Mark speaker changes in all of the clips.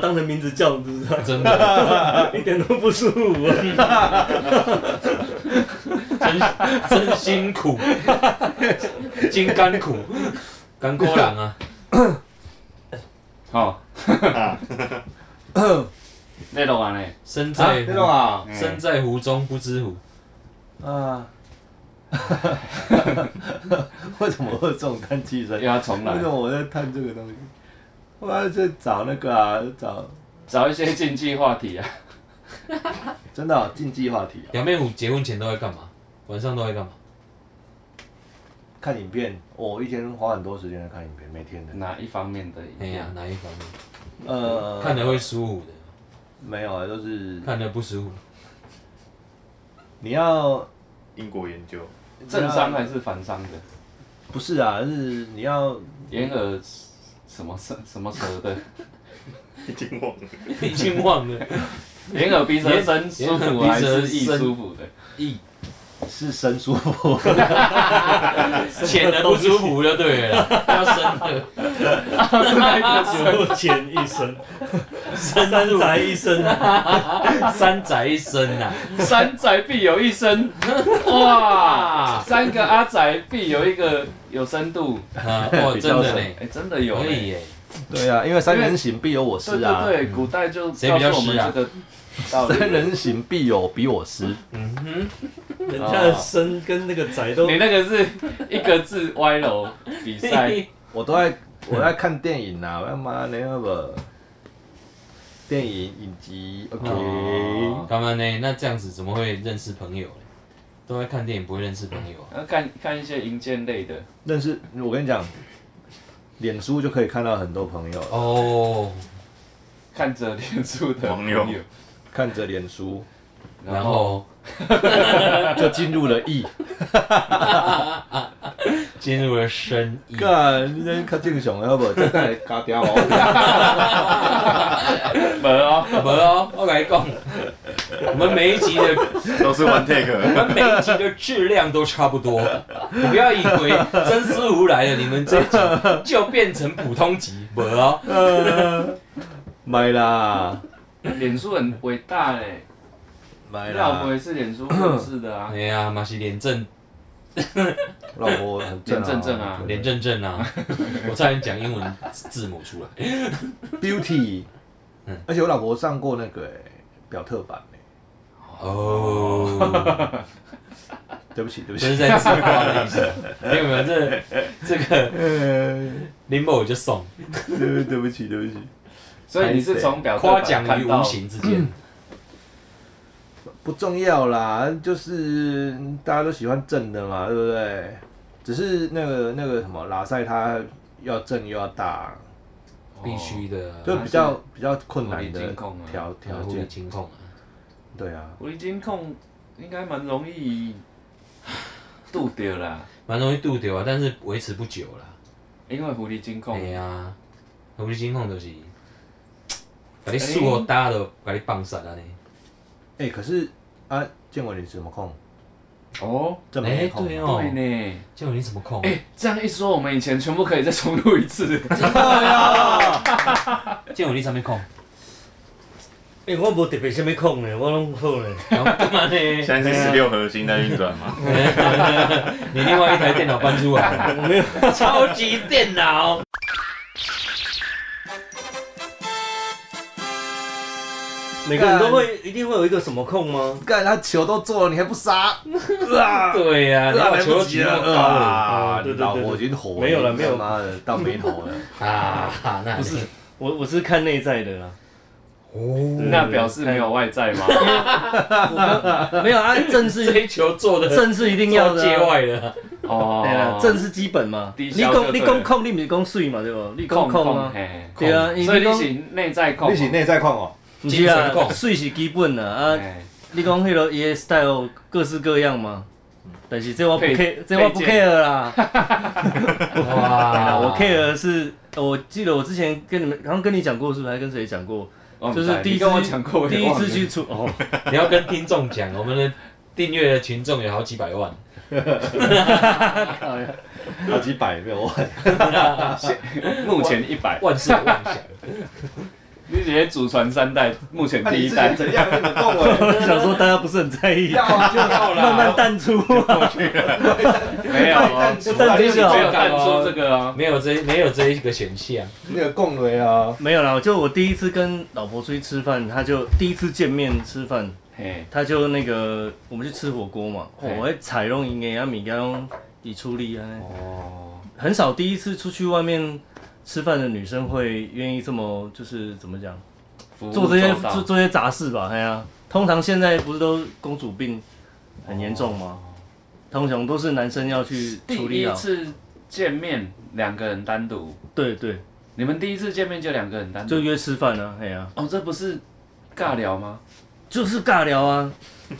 Speaker 1: 当成名字叫，你知不知道？
Speaker 2: 真的，
Speaker 1: 一点都不舒服啊！
Speaker 2: 真真辛苦，金甘苦，甘苦人啊，
Speaker 3: 吼，
Speaker 4: 啊，
Speaker 3: 你落安尼，
Speaker 2: 身
Speaker 4: 啊，
Speaker 2: 在
Speaker 4: 你懂啊？
Speaker 3: 嗯
Speaker 2: 身在湖中不知湖，
Speaker 4: 啊， 为什么会有这种叹气声
Speaker 3: 又？要重
Speaker 4: 为什
Speaker 3: 来，
Speaker 4: 么我在探这个东西？我要去找那个啊，找
Speaker 3: 找一些禁忌话题啊。
Speaker 4: 真的哦竞技话题啊，
Speaker 2: 表妹虎结婚前都在干嘛？晚上都在干嘛？
Speaker 4: 看影片，我一天花很多时间在看影片，每天的。
Speaker 3: 哪一方面的
Speaker 2: 哎
Speaker 3: 影
Speaker 2: 呀，
Speaker 3: 片？
Speaker 2: 哪一方面？
Speaker 5: 嗯
Speaker 4: 呃，
Speaker 2: 看了会舒服的，
Speaker 4: 没有啊，就是
Speaker 2: 看了不舒服。
Speaker 4: 你要
Speaker 5: 英国研究，
Speaker 3: 正商还是反商的？
Speaker 4: 不是啊，是你要
Speaker 3: 眼耳什么舌什么舌 的？
Speaker 5: 已经忘了。
Speaker 2: 已经忘了
Speaker 3: 眼耳鼻舌身舒服还是易舒服的？
Speaker 2: 意，
Speaker 4: 是生 疏忽，
Speaker 2: 浅的不舒服就对了啦，要深的，
Speaker 1: 九浅一 生，三宅一生，啊
Speaker 2: 三宅一生啊呐、
Speaker 3: 三宅必有 一生，哇！
Speaker 2: 啊！
Speaker 3: 三个阿宅必有一个有深度，
Speaker 2: 啊，哇，真的呢，
Speaker 3: 哎，真的有
Speaker 2: 可以
Speaker 3: 欸。
Speaker 2: 耶，
Speaker 4: 对啊，因为三人行必有我
Speaker 3: 对
Speaker 4: 师啊，
Speaker 3: 对对，古代就
Speaker 2: 谁比
Speaker 3: 告
Speaker 2: 较
Speaker 3: 诉我们
Speaker 2: 湿啊
Speaker 3: 这个 道理。
Speaker 4: 三人行必有比我师，
Speaker 2: 嗯哼，
Speaker 1: 人家的生跟那个宅都
Speaker 3: 你那个是一个字歪楼 比赛，
Speaker 4: 我都在我在看电影啊， 我他妈的那个电影影集，OK，
Speaker 3: 哦
Speaker 2: 干嘛呢？那这样子怎么会认识朋友呢？都在看电影，不会认识朋友啊？
Speaker 3: 然后看看一些银剑类的，
Speaker 4: 但是我跟你讲，脸书就可以看到很多朋友，
Speaker 2: 哦，
Speaker 3: 看着脸书的
Speaker 5: 网友
Speaker 3: 朋友，
Speaker 4: 看着脸书
Speaker 2: 然后
Speaker 4: 就进入了意，
Speaker 2: 进入了深意，
Speaker 4: 干，你在看这个熊要不？这带嘎掉哦，
Speaker 3: 没哦，
Speaker 2: 没哦，我跟你讲，我们每一集的
Speaker 5: 都是 one
Speaker 2: 我
Speaker 5: take，
Speaker 2: 们每一集的质量都差不多，你不要以为真丝无来了，你们这一集就变成普通集，没哦，
Speaker 4: 买啦，
Speaker 3: 脸书很伟大嘞，
Speaker 4: 买
Speaker 3: 你
Speaker 4: 啦
Speaker 3: 老婆。也是脸书认识的啊
Speaker 2: 哎，呀，马西廉政
Speaker 4: 老婆很正、
Speaker 3: 脸正正啊
Speaker 2: 廉政正 啊，我差点讲英文字母出来，
Speaker 4: ，Beauty，
Speaker 2: 嗯
Speaker 4: 而且我老婆上过那个、欸、表特版、欸、
Speaker 2: 哦，
Speaker 4: 对不起对不
Speaker 2: 这是
Speaker 4: 起，
Speaker 2: 在自夸的意思，没有没有，这这个
Speaker 4: 呃，
Speaker 2: 林某我就送，
Speaker 4: 对对不起对不起，
Speaker 3: 所以你是从表
Speaker 2: 夸
Speaker 3: 特
Speaker 2: 奖
Speaker 3: 版
Speaker 2: 于
Speaker 3: 看
Speaker 2: 无
Speaker 3: 到，
Speaker 2: 形之间，
Speaker 4: 不重要啦，就是大家都喜欢正的嘛，对不对？只是那个那个什么拉塞他要正又要大，
Speaker 3: 哦
Speaker 2: 必须的，
Speaker 4: 就比较比较困难
Speaker 2: 哦
Speaker 3: 狐狸
Speaker 4: 的
Speaker 3: 精控啊
Speaker 4: 条条
Speaker 2: 互利
Speaker 4: 件，
Speaker 2: 清控啊，
Speaker 4: 对啊，
Speaker 3: 狐狸精控应该蛮容易度掉啦，
Speaker 2: 蛮容易度掉啊，但是维持不久啦。
Speaker 3: 因为狐狸精控
Speaker 2: 哎呀，狐狸精控就是，把你树给搭了，把你放杀安尼。
Speaker 4: 哎、可是啊，建伟你怎么控？
Speaker 3: 哦，
Speaker 4: 这么
Speaker 2: 哎
Speaker 4: 没控、
Speaker 2: 对哦
Speaker 3: 对呢，
Speaker 2: 就你怎么控？
Speaker 3: 哎，这样一说，我们以前全部可以再重录 一次，
Speaker 4: 啊
Speaker 2: 就你上面控，
Speaker 1: 哎、我无特别什么空呢，我拢好呢。
Speaker 2: 干嘛哦呢？
Speaker 5: 现在是十六核心在运转 嘛？
Speaker 2: 你另外一台电脑搬出来，
Speaker 1: 我 没有，
Speaker 2: 超级电脑。
Speaker 1: 每个人都会一定会有一个什么空吗？
Speaker 4: 干他球都做了，你还不 杀？啊
Speaker 2: 对呀，你把球级那么高了
Speaker 4: 啊！
Speaker 1: 对对对对
Speaker 4: 老婆已经火了，
Speaker 1: 没有了没有
Speaker 4: 他妈的到眉头 了。
Speaker 2: 啊，那
Speaker 1: 不是，我我是看内在的啦。
Speaker 2: 哦，
Speaker 3: 那表示没有外在 吗？
Speaker 1: 没有啊，正
Speaker 2: 这
Speaker 1: 是
Speaker 2: 一球做的
Speaker 1: 正是一定要
Speaker 2: 要
Speaker 1: 的、
Speaker 2: 界
Speaker 1: 啊。
Speaker 2: 外了，
Speaker 1: 对
Speaker 3: 哦
Speaker 1: 啊，，正是基本嘛。
Speaker 3: 低
Speaker 1: 你
Speaker 3: 消就
Speaker 1: 讲
Speaker 3: 对了
Speaker 1: 你讲控，你不是讲水嘛，对不？你讲控啊，
Speaker 3: 嘿
Speaker 1: 对啊，因
Speaker 3: 所
Speaker 1: 为
Speaker 3: 以你
Speaker 1: 讲
Speaker 3: 是内在控，
Speaker 4: 你是内在矿哦，
Speaker 1: 不是啊
Speaker 2: 精神控
Speaker 1: 水是基本的啊。
Speaker 3: 哎
Speaker 1: 你讲迄落伊的 style 各式各样嘛，但是这我不
Speaker 3: 配
Speaker 1: care，这我不
Speaker 3: 配件
Speaker 1: care 啦。
Speaker 2: 哇啊
Speaker 1: 我 care 的是，我记得我之前跟你们，好像跟你讲过，是不是？还跟谁讲过？
Speaker 3: 我不
Speaker 1: 就
Speaker 3: 知
Speaker 1: 是
Speaker 3: 道
Speaker 1: 第一
Speaker 3: 你
Speaker 1: 次
Speaker 3: 跟我讲过，我也
Speaker 1: 第一
Speaker 3: 忘了
Speaker 1: 次去出哦，
Speaker 2: 你要跟听众讲，我们的订阅的群众有好几百万，
Speaker 4: 好几百没有问。
Speaker 3: 目前一百，
Speaker 2: 万事万想。
Speaker 3: 你直接祖传三代，目前
Speaker 4: 那
Speaker 3: 第
Speaker 4: 你
Speaker 3: 一
Speaker 4: 之
Speaker 3: 代
Speaker 4: 前。怎样？你们动我
Speaker 1: 我想说大家不是很 在意，
Speaker 4: 要啊就要
Speaker 1: 慢慢
Speaker 4: 啦，
Speaker 1: 淡出啊。
Speaker 3: 没有哦，
Speaker 4: 出
Speaker 1: 但
Speaker 4: 来
Speaker 1: 这
Speaker 4: 就
Speaker 1: 个
Speaker 4: 是
Speaker 1: 哦
Speaker 3: 没有淡出这个哦。
Speaker 2: 没有这啊没有这一个选项，
Speaker 4: 那个共雷啊，
Speaker 1: 没有啦，就我第一次跟老婆出去吃饭，她就第一次见面吃饭，
Speaker 3: 嘿，
Speaker 1: 她就那个我们去吃火锅嘛，哦
Speaker 3: 嘿
Speaker 1: 我会采用一个啊米干用以出力啊，
Speaker 3: 哦，
Speaker 1: 很少第一次出去外面吃饭的女生会愿意这么就是怎么讲，
Speaker 3: 服务
Speaker 1: 做这些
Speaker 3: 周到
Speaker 1: 做做这些杂事吧，哎呀、通常现在不是都公主病很严重
Speaker 3: 哦
Speaker 1: 吗？通常都是男生要去
Speaker 3: 第
Speaker 1: 处理
Speaker 3: 一
Speaker 1: 啊好，
Speaker 3: 次见面两个人单独，
Speaker 1: 对对，
Speaker 3: 你们第一次见面就两个人单
Speaker 1: 就
Speaker 3: 独，
Speaker 1: 约吃饭啊，哎呀、
Speaker 3: 哦，这不是尬聊吗？
Speaker 1: 就是尬聊啊，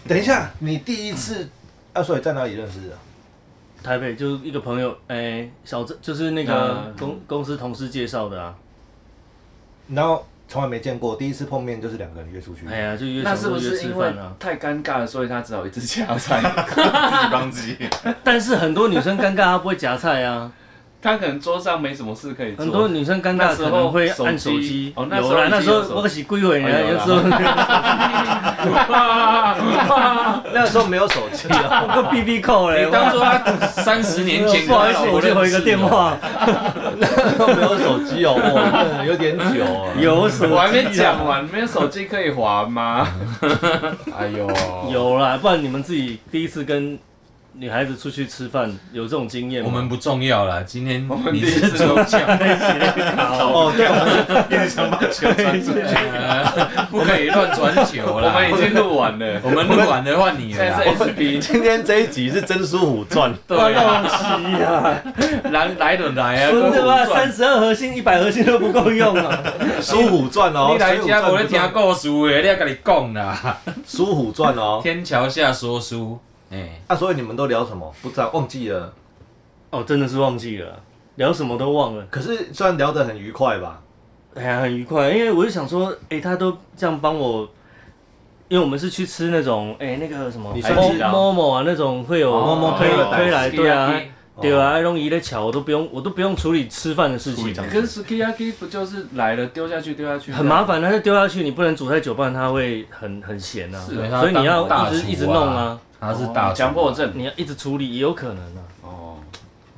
Speaker 4: 等一下，你第一次啊，所以在哪里认识的？
Speaker 1: 台北就是一个朋友，哎、小郑就是那个
Speaker 3: 嗯
Speaker 1: 公、公司同事介绍的啊，
Speaker 4: 然后从来没见过，第一次碰面就是两个人约出去。
Speaker 1: 哎呀、就约
Speaker 3: 那
Speaker 1: 想
Speaker 3: 是
Speaker 1: 说
Speaker 3: 不
Speaker 1: 约
Speaker 3: 是
Speaker 1: 吃
Speaker 3: 因为
Speaker 1: 饭啊。
Speaker 3: 太尴尬了，所以他只好一直夹菜？
Speaker 5: 自己帮自己。
Speaker 1: 但是很多女生尴尬，她不会夹菜啊，
Speaker 3: 他可能桌上没什么事可以做，
Speaker 1: 很多女生尴
Speaker 3: 那时
Speaker 1: 尬可
Speaker 3: 候
Speaker 1: 能会按
Speaker 3: 手
Speaker 1: 手
Speaker 3: 机
Speaker 1: 机，
Speaker 3: 哦那时候
Speaker 1: 有啦，
Speaker 3: 已经
Speaker 1: 那时
Speaker 3: 有手
Speaker 1: 候我洗归回
Speaker 3: 哦有
Speaker 1: 人
Speaker 3: 啦
Speaker 1: 家说
Speaker 4: 那个时候没有手机啊，
Speaker 1: 我个 B B 扣
Speaker 3: 哎
Speaker 1: 嘞，
Speaker 2: 你当做他三十年前跟
Speaker 1: 不好
Speaker 2: 他
Speaker 1: 意
Speaker 2: 老
Speaker 1: 思，
Speaker 2: 婆
Speaker 1: 我
Speaker 2: 认识哦
Speaker 1: 接
Speaker 2: 的
Speaker 1: 回一个电，话，
Speaker 4: 那时候没有手机哦，哇，真的有点久啊。
Speaker 1: 有什么？
Speaker 3: 我还没讲完，没有手机可以滑 吗？哎呦，
Speaker 1: 有啦，不然你们自己第一次跟女孩子出去吃饭有这种经验吗？
Speaker 2: 我们不重要啦，今天
Speaker 3: 我们
Speaker 2: 你
Speaker 3: 第一
Speaker 2: 是
Speaker 3: 次
Speaker 2: 主角，
Speaker 4: 哦，对，我们
Speaker 5: 一直想把球传出去。
Speaker 2: 呃不可以乱传球
Speaker 3: 我
Speaker 2: 啦。
Speaker 3: 们已经录完了，
Speaker 2: 我们录完的换你
Speaker 3: 现
Speaker 2: 了啦
Speaker 3: 在。是 SB，
Speaker 4: 今天这一集是《真书虎传》，哦
Speaker 2: 对啊，
Speaker 1: 急啊！
Speaker 2: 来来就 来啊，
Speaker 1: 真的吗？
Speaker 2: 跟我
Speaker 1: 三十二核心、一百核心都不够用啊！
Speaker 4: 《书虎传》哦，
Speaker 2: 你来
Speaker 4: 水
Speaker 2: 家
Speaker 4: 浒传
Speaker 2: 无咧听啊故事的，你要跟你讲啦。
Speaker 4: 《书虎传》哦。
Speaker 2: 天桥下说书，哎、
Speaker 4: 啊，所以你们都聊什么？不知道，忘记了。
Speaker 1: 哦，真的是忘记了，聊什么都忘了。
Speaker 4: 可是虽然聊得很愉快吧，
Speaker 1: 哎呀，很愉快，因为我就想说，哎、他都这样帮我，因为我们是去吃那种，哎、那个什么，
Speaker 4: 你
Speaker 1: 某
Speaker 4: 算
Speaker 1: 某
Speaker 4: 是
Speaker 1: 某某啊那种会有
Speaker 3: 哦
Speaker 4: 某某
Speaker 1: 推
Speaker 4: 推来
Speaker 1: 推来，对啊，
Speaker 4: 哦
Speaker 1: 对啊，弄一的桥我都不用，我都不用处理吃饭的事情，
Speaker 3: 可是 Sukiyaki 不就是来了丢下去丢下去，
Speaker 1: 很麻烦，它就丢下去，你不能煮太久，不然它会很很咸啊。
Speaker 3: 是
Speaker 1: 所以你要一
Speaker 2: 他当
Speaker 1: 直、
Speaker 2: 大厨啊
Speaker 1: 一直弄啊，
Speaker 2: 他是大
Speaker 3: 哦强迫
Speaker 2: 症，
Speaker 3: 症
Speaker 1: 你要一直处理也有可能啊。
Speaker 3: 哦，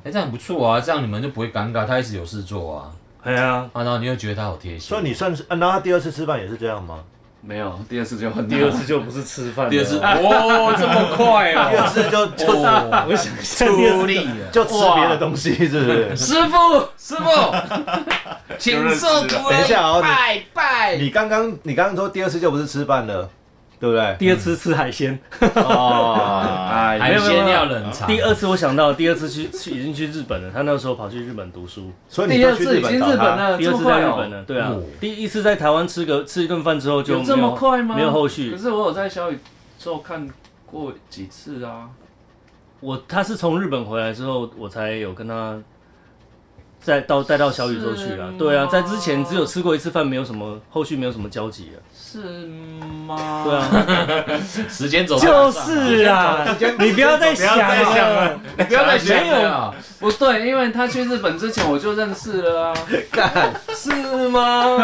Speaker 2: 哎、这样很不错啊，这样你们就不会尴尬，他一直有事做啊，
Speaker 1: 哎呀，
Speaker 2: 啊，然后你会觉得他好贴心。
Speaker 4: 所以你算是，啊然后他第二次吃饭也是这样 吗？
Speaker 3: 没有，第二次就很
Speaker 1: 第二次就不是吃饭了，
Speaker 2: 第二 次，哦，这么快
Speaker 4: 第二
Speaker 2: 哦，
Speaker 4: 次就就
Speaker 2: 哦，
Speaker 1: 我想一下第
Speaker 2: 出
Speaker 1: 二次
Speaker 2: 力了，
Speaker 4: 就吃别的东西，是不是？
Speaker 2: 师傅，师傅，请受徒
Speaker 4: 等一下哦
Speaker 2: 儿拜拜。
Speaker 4: 你刚刚你刚刚说第二次就不是吃饭了，对不对？
Speaker 1: 第二次吃海 鲜，
Speaker 4: 哦，
Speaker 5: 啊，
Speaker 3: 哎，
Speaker 2: 海
Speaker 1: 没有没有
Speaker 2: 鲜
Speaker 1: 没有
Speaker 2: 要冷藏，
Speaker 1: 第二次我想到，第二次去去已经去日本了，他那时候跑去日本读书，
Speaker 4: 所以你
Speaker 3: 第
Speaker 4: 就
Speaker 3: 二
Speaker 4: 去
Speaker 3: 次已
Speaker 4: 本
Speaker 3: 经
Speaker 4: 找
Speaker 3: 日本
Speaker 4: 他。
Speaker 3: 了，
Speaker 1: 第二
Speaker 3: 这
Speaker 1: 次
Speaker 3: 么
Speaker 1: 在
Speaker 3: 快
Speaker 1: 日
Speaker 3: 哦
Speaker 1: 本了，对啊
Speaker 2: 哦，
Speaker 1: 第一次在台湾吃个吃一顿饭之后就没
Speaker 3: 有这么快吗？
Speaker 1: 没有后续
Speaker 3: 可。是我有在小宇宙看过几次啊，
Speaker 1: 我他是从日本回来之后，我才有跟他再到带到小宇宙去啊
Speaker 3: 是，
Speaker 1: 对啊，
Speaker 3: 吗
Speaker 1: 在之前只有吃过一次饭，没有什么后续没有什么交集啊。
Speaker 3: 是吗？
Speaker 1: 对，啊，
Speaker 2: 时间走到
Speaker 1: 就
Speaker 2: 晚上
Speaker 1: 是啊，你不要再想
Speaker 5: 不要再想
Speaker 1: 了
Speaker 5: 了，
Speaker 2: 你 不要再想
Speaker 1: 没有
Speaker 2: 了，
Speaker 3: 不对，因为他去日本之前我就认识了啊，
Speaker 1: 是吗？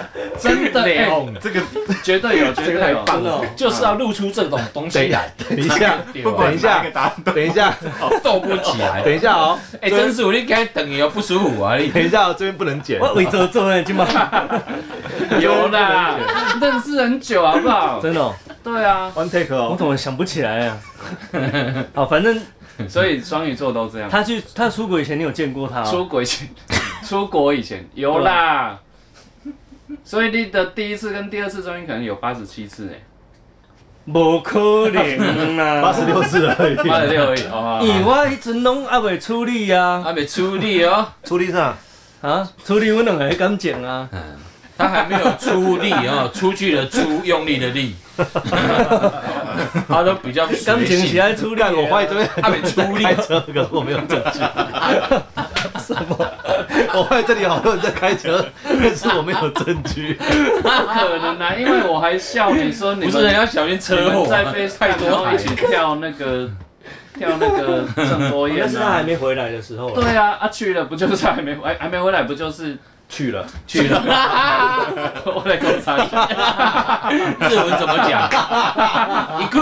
Speaker 3: 真的，
Speaker 2: 内
Speaker 3: 哎
Speaker 2: 讧了，
Speaker 5: 这个
Speaker 3: 绝对有，绝对有，
Speaker 1: 棒
Speaker 5: 哦
Speaker 1: 了
Speaker 2: 就是要露出这种东西来，
Speaker 4: 等一下，
Speaker 5: 不管哪个答案都
Speaker 4: 等一下，
Speaker 2: 斗不起来。
Speaker 4: 等一下哦，
Speaker 2: 哎、真是我你该等你哦，不舒服啊你。
Speaker 4: 等一下哦，这边不能剪。
Speaker 1: 我为着做呢，今嘛
Speaker 3: 有啦，认识很久好不好？
Speaker 1: 真的哦，
Speaker 3: 对啊，
Speaker 4: One take
Speaker 1: 我
Speaker 4: 哦，
Speaker 1: 怎么想不起来啊？ 好，反正
Speaker 3: 所以双鱼座都这样。
Speaker 1: 嗯他去他出国以前，你有见过他哦？
Speaker 3: 出国以前， 出国以前有啦。所以你的第一次跟第二次中间可能有八十七次哎，
Speaker 1: 无可 能
Speaker 4: 八
Speaker 1: 啊！
Speaker 4: 十六次而已。
Speaker 3: 八十六而已。哦
Speaker 1: 因为我迄阵拢还未处理啊，
Speaker 2: 还没出力哦，
Speaker 4: 出力上，
Speaker 1: 啊，处理阮两个的感情啊。
Speaker 2: 他还没有出力哦，出去的出，用力的 力，他都比较
Speaker 1: 感
Speaker 2: 随
Speaker 1: 情是
Speaker 2: 性，
Speaker 1: 爱处理的啊，
Speaker 4: 干我怀疑这边
Speaker 2: 他没出力
Speaker 4: 开，
Speaker 2: 哦
Speaker 4: 车，可是我没有证 据。什 么？我怀疑这里好多人在开车，但是我没有证据。
Speaker 3: 不可能啊，因为我还笑你说你
Speaker 2: 不是人
Speaker 3: 们
Speaker 2: 要小心
Speaker 3: 你
Speaker 2: 车祸
Speaker 3: 们在
Speaker 2: 啊，太
Speaker 3: FaceTime 然
Speaker 2: 多
Speaker 3: 后
Speaker 2: 台
Speaker 3: 一起跳那个跳那个郑多
Speaker 1: 那
Speaker 3: 燕
Speaker 1: 是他还
Speaker 3: 啊。
Speaker 1: 没回来的时候啊。
Speaker 3: 对啊，啊去了不就是还没还还没回来不就是
Speaker 4: 去了，
Speaker 2: 去了，
Speaker 3: 我在啊工厂，
Speaker 2: 日文怎么讲？你哭，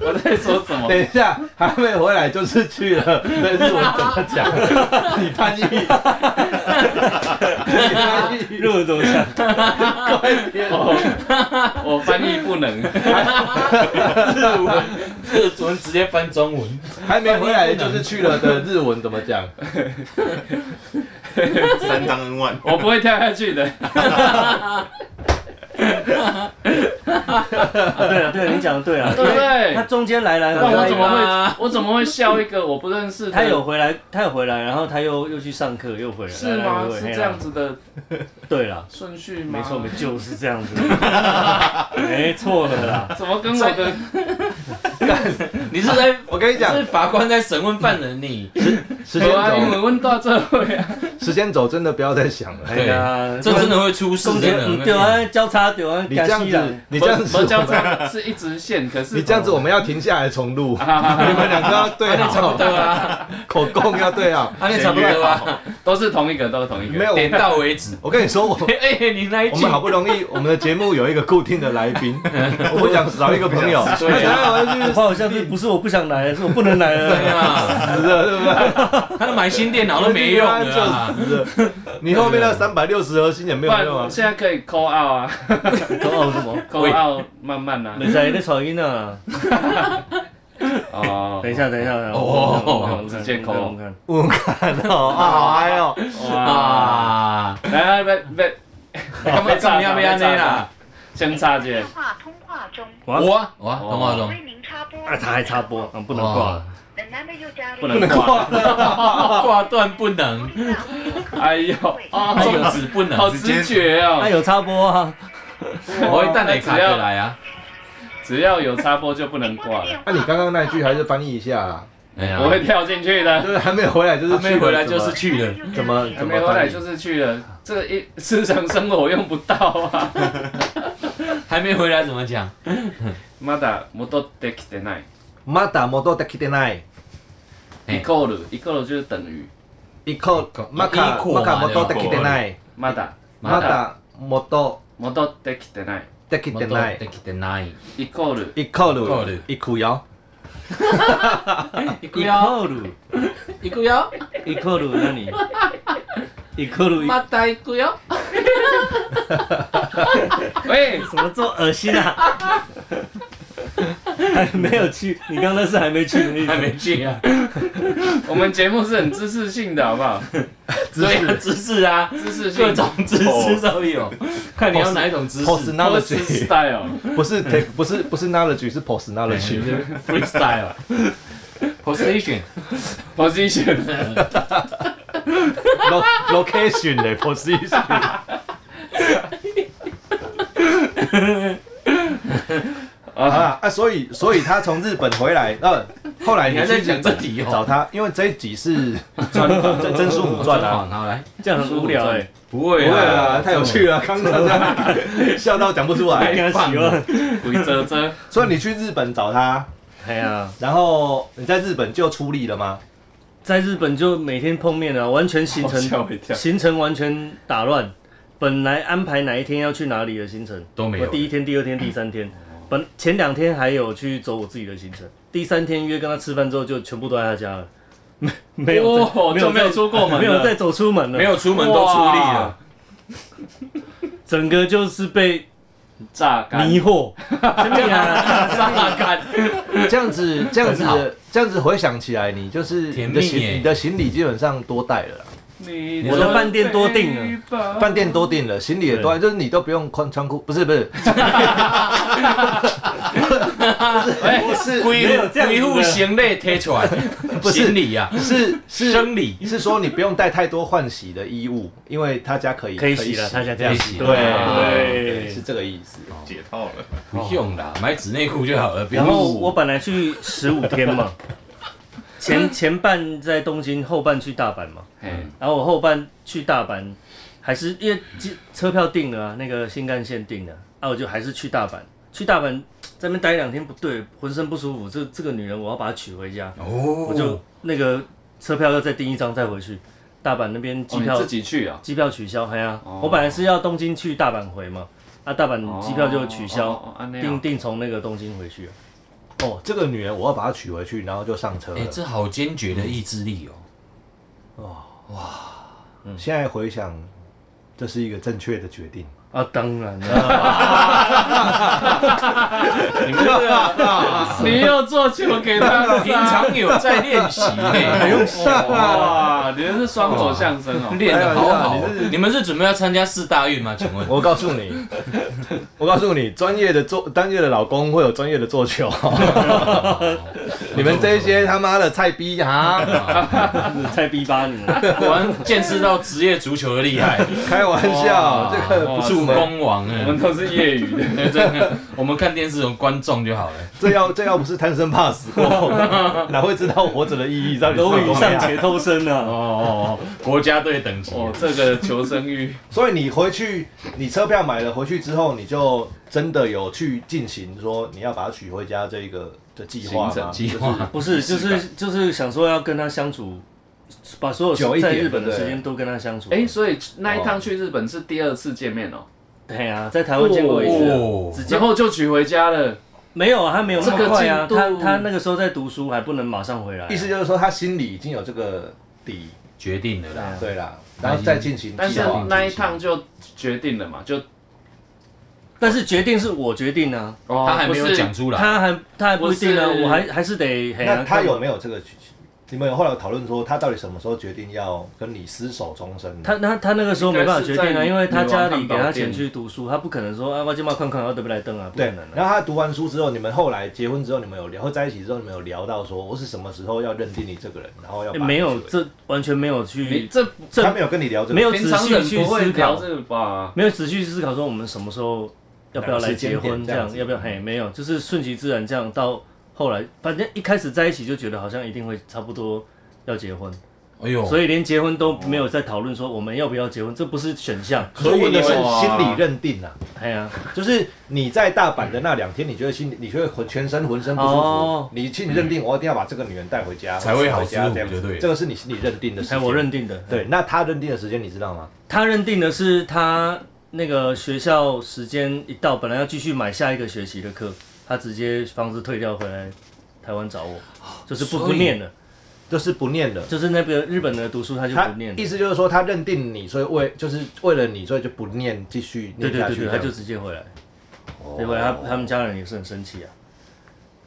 Speaker 3: 我在说什 么？
Speaker 4: 等一下还没回来就是去 了，那日文怎么讲？你翻译，你翻译，
Speaker 1: 日文怎么讲？
Speaker 4: 快点，
Speaker 3: 哦我翻译不能，
Speaker 2: 日文，日文直接翻中文，
Speaker 4: 还没回来就是去了的日文怎么讲？
Speaker 5: 三张 N 万，
Speaker 3: 我不会跳下去的。
Speaker 1: 啊对啊，对啊，你讲的对啊，
Speaker 3: 对不对
Speaker 1: 他中间来来
Speaker 3: 那我
Speaker 1: 回
Speaker 3: 怎
Speaker 1: 回，
Speaker 3: 么会，我怎么会笑一个我不认识的？
Speaker 1: 他有回来，他有回来，然后他又又去上课，又回来，
Speaker 3: 是
Speaker 1: 来来
Speaker 3: 吗？
Speaker 1: 回
Speaker 3: 是
Speaker 1: 回嘿啦
Speaker 3: 这样子的
Speaker 1: 对啦，
Speaker 3: 顺序吗？
Speaker 1: 没错，没，就是这样 子，没错了啦。
Speaker 3: 怎么跟我的
Speaker 2: 你是在，
Speaker 4: 我跟你讲
Speaker 2: 是，法官在审问犯人你，
Speaker 4: 时间
Speaker 3: 有啊？英
Speaker 4: 走，
Speaker 3: 文问到这会啊？
Speaker 4: 时间走，真的不要再想了。
Speaker 1: 哎呀，
Speaker 2: 这真的会出事，
Speaker 1: 中
Speaker 2: 真
Speaker 1: 间
Speaker 2: 的
Speaker 1: 嗯对啊，交叉对啊，
Speaker 4: 你这样
Speaker 1: 感谢啦
Speaker 4: 子，你这样
Speaker 3: 不
Speaker 4: 子，
Speaker 3: 不交叉是一直线，可是哦
Speaker 4: 你这样子，我们要停下来重录。
Speaker 1: 啊
Speaker 3: 哈哈
Speaker 4: 你
Speaker 3: 哈
Speaker 4: 们两个要对
Speaker 2: 那差不
Speaker 4: 好，
Speaker 2: 多啊，
Speaker 4: 口供要对好。
Speaker 2: 啊，那差不多啊，
Speaker 3: 都是同一个，都是同一个。
Speaker 4: 没有，
Speaker 2: 点到为止。
Speaker 4: 我跟你 说，我
Speaker 2: 哎、你那一
Speaker 4: 我
Speaker 2: 句
Speaker 4: 们好不容易，我们的节目有一个固定的来 宾，我不想少一个朋友，
Speaker 2: 对啊
Speaker 4: 他想要去
Speaker 1: 我好像是不是我不想来，是我不能 来
Speaker 2: 对
Speaker 1: 了。
Speaker 2: 啊，
Speaker 4: 死了，对不对？
Speaker 2: 他买新电脑都没用
Speaker 4: 他
Speaker 2: 了、啊。
Speaker 4: 就死了。你后面那三百六十核心也
Speaker 3: 不
Speaker 4: 没有用啊
Speaker 3: 然。现在可以 call out 啊
Speaker 1: 搞好什么？
Speaker 3: ，call out 慢慢啊。
Speaker 1: 没在在吵音呢。
Speaker 3: 哦，
Speaker 1: 啊等一下，等一下，等一下
Speaker 2: 哦
Speaker 1: 我看我看
Speaker 3: 直接
Speaker 1: 我看
Speaker 3: 扣
Speaker 1: 我看
Speaker 4: 我看哦，啊，好嗨哦！
Speaker 3: 哇，
Speaker 2: 啊，
Speaker 3: 来来来，别
Speaker 2: 干嘛干嘛要不要那啦？
Speaker 3: 先插件
Speaker 6: 电，话通话中，
Speaker 1: 我
Speaker 2: 我我通话中
Speaker 6: 为您插播。
Speaker 1: 啊，他还插播，啊，不能挂
Speaker 2: 哦
Speaker 1: 了。
Speaker 6: 本男的又加了
Speaker 3: 不能挂。
Speaker 2: 挂断不 能，
Speaker 3: 哎呦，啊，
Speaker 2: 终止不能
Speaker 3: 好，直觉
Speaker 1: 他
Speaker 3: 哦。
Speaker 1: 有插播啊，
Speaker 2: 我一旦得卡起来啊。
Speaker 3: 只要有插播就不能挂了，
Speaker 4: 那你刚刚那一句还是翻译一下啦，
Speaker 2: 哎呀
Speaker 3: 我会跳进去的。
Speaker 4: 就是还没有回来，就是
Speaker 2: 哎还没回来就是
Speaker 4: 去
Speaker 2: 去了，
Speaker 4: 怎么
Speaker 3: 还没回来就是去了，这个一日常生活用不到啊。
Speaker 2: 还没回来怎么讲？
Speaker 3: まだ戻ってきてない。
Speaker 4: 了。まだ戻ってきてない。
Speaker 2: 哎
Speaker 3: equal equal 就是等于
Speaker 4: 一口まかまか戻ってきてない。
Speaker 3: まだ
Speaker 4: まだ戻
Speaker 3: 戻ってきてない
Speaker 4: ってきてない。
Speaker 2: きてない。
Speaker 3: equal
Speaker 4: 一口る一口よ。
Speaker 2: 行く
Speaker 1: 一
Speaker 2: よ，
Speaker 1: 克鲁，
Speaker 2: 行くよ，
Speaker 1: 一克鲁，那你一克鲁，
Speaker 2: また行くよ。
Speaker 3: 喂，
Speaker 1: 怎么这么恶心啊？还没有去，你刚刚是还没去的意
Speaker 2: 还
Speaker 1: 思。
Speaker 2: 没去啊，
Speaker 3: 哎我们节目是很知识性的，好不好？
Speaker 2: 所以姿势啊，哦
Speaker 3: 知识性
Speaker 2: 各种姿势都有，看你要哪一种姿势。
Speaker 3: post
Speaker 4: Personality
Speaker 3: style，
Speaker 4: 不是 take 不是不是 knowledge 是 personality。
Speaker 2: freestyle position
Speaker 3: position，
Speaker 4: Lo- location 嘞 position。啊啊！所以所以他从日本回来，呃， 后来
Speaker 2: 你还在
Speaker 4: 去
Speaker 2: 讲这题哦
Speaker 4: 找他，因为这一集 是专访，真真书武传啊。
Speaker 2: 好来，
Speaker 1: 这样很无聊哎、
Speaker 2: 不
Speaker 4: 不
Speaker 2: 会
Speaker 4: 会啊，太有趣了，刚刚这
Speaker 2: 啊
Speaker 4: 样 笑到讲不出
Speaker 1: 欸，
Speaker 4: 来。
Speaker 1: 给他洗了。
Speaker 3: 鬼遮遮，
Speaker 4: 所以你去日本找他，
Speaker 1: 哎呀，
Speaker 4: 然后你在日本就出力了吗？
Speaker 1: 在日本就每天碰面啊，完全行
Speaker 3: 好吓我一
Speaker 1: 程
Speaker 3: 跳
Speaker 1: 行程完全打乱，本来安排哪一天要去哪里的行程，
Speaker 2: 都没
Speaker 1: 我
Speaker 2: 有。
Speaker 1: 第一天、第二天、第三
Speaker 3: 哦
Speaker 1: 天，本前两天还有去走我自己的行程，第三天约跟他吃饭之后就全部都在他家了，没没有再
Speaker 3: 哦就没有
Speaker 1: 再
Speaker 3: 出过门了
Speaker 1: 没有再走出门了，
Speaker 2: 没有出门都出力了，
Speaker 1: 整个就是被
Speaker 3: 榨干，
Speaker 1: 迷 惑，真的啊
Speaker 2: 榨干。
Speaker 4: 这样 子，这样
Speaker 2: 很好
Speaker 4: 子，这样子回想起来，你就是
Speaker 2: 甜
Speaker 4: 你
Speaker 2: 蜜
Speaker 4: 的
Speaker 2: 耶
Speaker 4: 行你的行李基本上多带了啦，
Speaker 3: 你
Speaker 1: 我的饭店多订
Speaker 3: 啊
Speaker 1: 了
Speaker 2: 嗯
Speaker 3: 了
Speaker 4: 饭店多订了，行李也多带，就是你都不用穿穿裤，不是 不是，
Speaker 2: 不是
Speaker 1: 没有这样子
Speaker 2: 规
Speaker 1: 的
Speaker 2: 户行类贴出来，
Speaker 4: 不是
Speaker 2: 行李啊，
Speaker 4: 是是
Speaker 2: 生理
Speaker 4: 是说你不用带太多换洗的衣物，因为他家可以
Speaker 1: 可以洗了，他家这样
Speaker 2: 可以洗
Speaker 1: 对啊
Speaker 2: 了
Speaker 4: 对，是
Speaker 1: 对。
Speaker 4: 这个意思。
Speaker 5: 解套了，
Speaker 2: 不用啦，买纸内裤就好了。不
Speaker 1: 然
Speaker 2: 用
Speaker 1: 后我本来去十五天 嘛，前前半在东京，后半去大阪嘛。
Speaker 3: 嘿
Speaker 1: 然后我后半去大阪，还是因为机车票订了、啊，那个新干线订了，啊，我就还是去大阪。去大阪在那边待两天不对，浑身不舒服，这这个女人我要把她娶回家，
Speaker 2: 哦
Speaker 1: 我就那个车票要再订一张再回去。大阪那边
Speaker 3: 哦
Speaker 1: 机
Speaker 3: 你
Speaker 1: 票
Speaker 3: 自己去啊？
Speaker 1: 机票取消，哎呀、
Speaker 3: 哦
Speaker 1: 我本来是要东京去大阪回嘛，啊，大阪机票就取消，
Speaker 3: 哦，哦哦安内
Speaker 1: 定
Speaker 3: 啊
Speaker 1: 定从那个东京回去了。
Speaker 4: 哦，这个女人我要把她娶回去，然后就上车了。
Speaker 2: 哎、这好坚决的意志力哦！
Speaker 4: 嗯现在回想，这是一个正确的决 定。
Speaker 1: 啊，当然了，
Speaker 2: 你们这个
Speaker 1: 啊
Speaker 3: 你又做球给他
Speaker 2: 平常有在练习呢，
Speaker 4: 用上
Speaker 3: 哇，你们是啊双手相声哦。
Speaker 2: 练得好好
Speaker 4: 哎呀你是。
Speaker 2: 你们是准备要参加四大运吗？请 问？
Speaker 4: 我告诉你，我告诉你，专业的做专业的老公会有专业的做 球。你们这些 他妈的菜逼啊！
Speaker 1: 才逼巴你啊 们。
Speaker 2: 果然见识到职业足球的厉害，
Speaker 4: 开玩笑，
Speaker 3: 哇
Speaker 4: 哦这个不
Speaker 2: 哇
Speaker 4: 是我
Speaker 2: 助
Speaker 4: 们，
Speaker 2: 攻王
Speaker 3: 我们
Speaker 2: 哎，
Speaker 3: 都是业余 的，
Speaker 2: 哦真的，我们看电视从观众就好了。
Speaker 4: 这要这要不是贪生怕死过， 哪会知道活着的意义？到底是
Speaker 1: 楼
Speaker 4: 什
Speaker 1: 宇
Speaker 4: 么
Speaker 1: 尚
Speaker 4: 呀？
Speaker 1: 且偷生
Speaker 2: 哦
Speaker 1: 啊！
Speaker 2: 哦，哦国家队等级，
Speaker 3: 哦，这个求生欲，
Speaker 4: 所以你回去，你车票买了回去之后，你就真的有去进行说你要把它娶回家这一个的计划
Speaker 3: 行程
Speaker 4: 吗？
Speaker 2: 计
Speaker 4: 就是
Speaker 2: 划
Speaker 1: 哦不是，就是就是想说要跟他相处，把所
Speaker 4: 久
Speaker 1: 有
Speaker 4: 一
Speaker 1: 在
Speaker 4: 点
Speaker 1: 日本的
Speaker 4: 对不对
Speaker 1: 时间都跟他相处。
Speaker 3: 哎，所以那一趟去日本是第二次见面哦，
Speaker 1: 对啊，在台湾见过一次啊，
Speaker 2: 哦
Speaker 1: 直接
Speaker 3: 然后就娶回家了。
Speaker 1: 没有啊，他没有那
Speaker 3: 这
Speaker 1: 么
Speaker 3: 个
Speaker 1: 快啊，
Speaker 3: 进
Speaker 1: 他
Speaker 3: 度
Speaker 1: 他那个时候在读书，还不能马上回来啊。
Speaker 4: 意思就是说，他心里已经有这个底，
Speaker 2: 决定了
Speaker 1: 嗯
Speaker 2: 啦。
Speaker 4: 对啦，然后再进行
Speaker 3: 但
Speaker 4: 计
Speaker 3: 是
Speaker 4: 划。
Speaker 3: 那一趟就决定了嘛，就
Speaker 1: 但是决定是我决定啊，
Speaker 3: 哦
Speaker 2: 他还没
Speaker 3: 不
Speaker 2: 有
Speaker 3: 是
Speaker 2: 讲出来，
Speaker 1: 他还他还不一定呢
Speaker 3: 不，是
Speaker 1: 我还还是得。嘿啊
Speaker 4: 那他有没有这个？你们有后来有讨论说，他到底什么时候决定要跟你厮守终身呢？
Speaker 1: 他那他那个时候没办法决定
Speaker 3: 应该是
Speaker 1: 啊，
Speaker 3: 在
Speaker 1: 因为他家里
Speaker 3: 女王汉堡
Speaker 1: 给
Speaker 3: 店
Speaker 1: 他钱去读书，他不可能说啊，我今晚看看，我得不来登啊，不可
Speaker 4: 对
Speaker 1: 能，的。
Speaker 4: 然后他读完书之后，你们后来结婚之后，你们有聊，或在一起之后，你们有聊到说，我是什么时候要认定你这个人，然后要
Speaker 1: 欸
Speaker 4: 把你
Speaker 1: 没有
Speaker 4: 娶，回
Speaker 1: 这完全没有
Speaker 3: 你
Speaker 1: 去
Speaker 3: 这
Speaker 4: 家他
Speaker 1: 这
Speaker 4: 没有跟你聊这个，
Speaker 1: 没有
Speaker 3: 平
Speaker 1: 仔
Speaker 3: 常
Speaker 1: 细
Speaker 3: 人
Speaker 1: 去
Speaker 3: 不会
Speaker 1: 思
Speaker 3: 聊
Speaker 1: 考，
Speaker 3: 这个吧？
Speaker 1: 没有仔细思考说我们什么时候要不要来结
Speaker 4: 哪个时间
Speaker 1: 婚，
Speaker 4: 点
Speaker 1: 这
Speaker 4: 这样
Speaker 1: 样
Speaker 4: 子
Speaker 1: 要不要？嘿，没有，就是顺其自然这样到后来，反正一开始在一起就觉得好像一定会差不多要结婚，
Speaker 2: 哎
Speaker 4: 哦
Speaker 2: 呦，
Speaker 1: 所以连结婚都没有在讨论说我们要不要结婚，这不是选项。
Speaker 4: 所以你是
Speaker 3: 哇
Speaker 4: 心理认定啊，
Speaker 1: 哎呀，
Speaker 4: 哦 就是你在大阪的那两天，你觉得心里，你觉得浑全身浑身不舒服，
Speaker 1: 哦
Speaker 4: 你心里认定我一定要把这个女人带回家
Speaker 2: 才会好
Speaker 4: 或者娶回家
Speaker 2: 舒服
Speaker 4: 这样子
Speaker 2: 就对了
Speaker 4: 这个是你心里认定的时
Speaker 1: 哎，
Speaker 4: 间，
Speaker 1: 我认定的。
Speaker 4: 对。那他认定的时间你知道吗？
Speaker 1: 他认定的是他那个学校时间一到，本来要继续买下一个学期的课，他直接房子退掉回来台湾找我，
Speaker 4: 哦
Speaker 1: 就是不
Speaker 2: 所以
Speaker 1: 不念了，
Speaker 4: 就是不念了。
Speaker 1: 就是那个日本的读书他就
Speaker 4: 他
Speaker 1: 不念
Speaker 4: 意
Speaker 1: 了，
Speaker 4: 思就是说，他认定你，所以为就是为了你，所以就不念，继续
Speaker 1: 对
Speaker 4: 念
Speaker 1: 对
Speaker 4: 下
Speaker 1: 对
Speaker 4: 去这
Speaker 1: 对，
Speaker 4: 样子。
Speaker 1: 他就直接回来，
Speaker 4: 哦
Speaker 1: 对回来他他们家人也是很生气啊，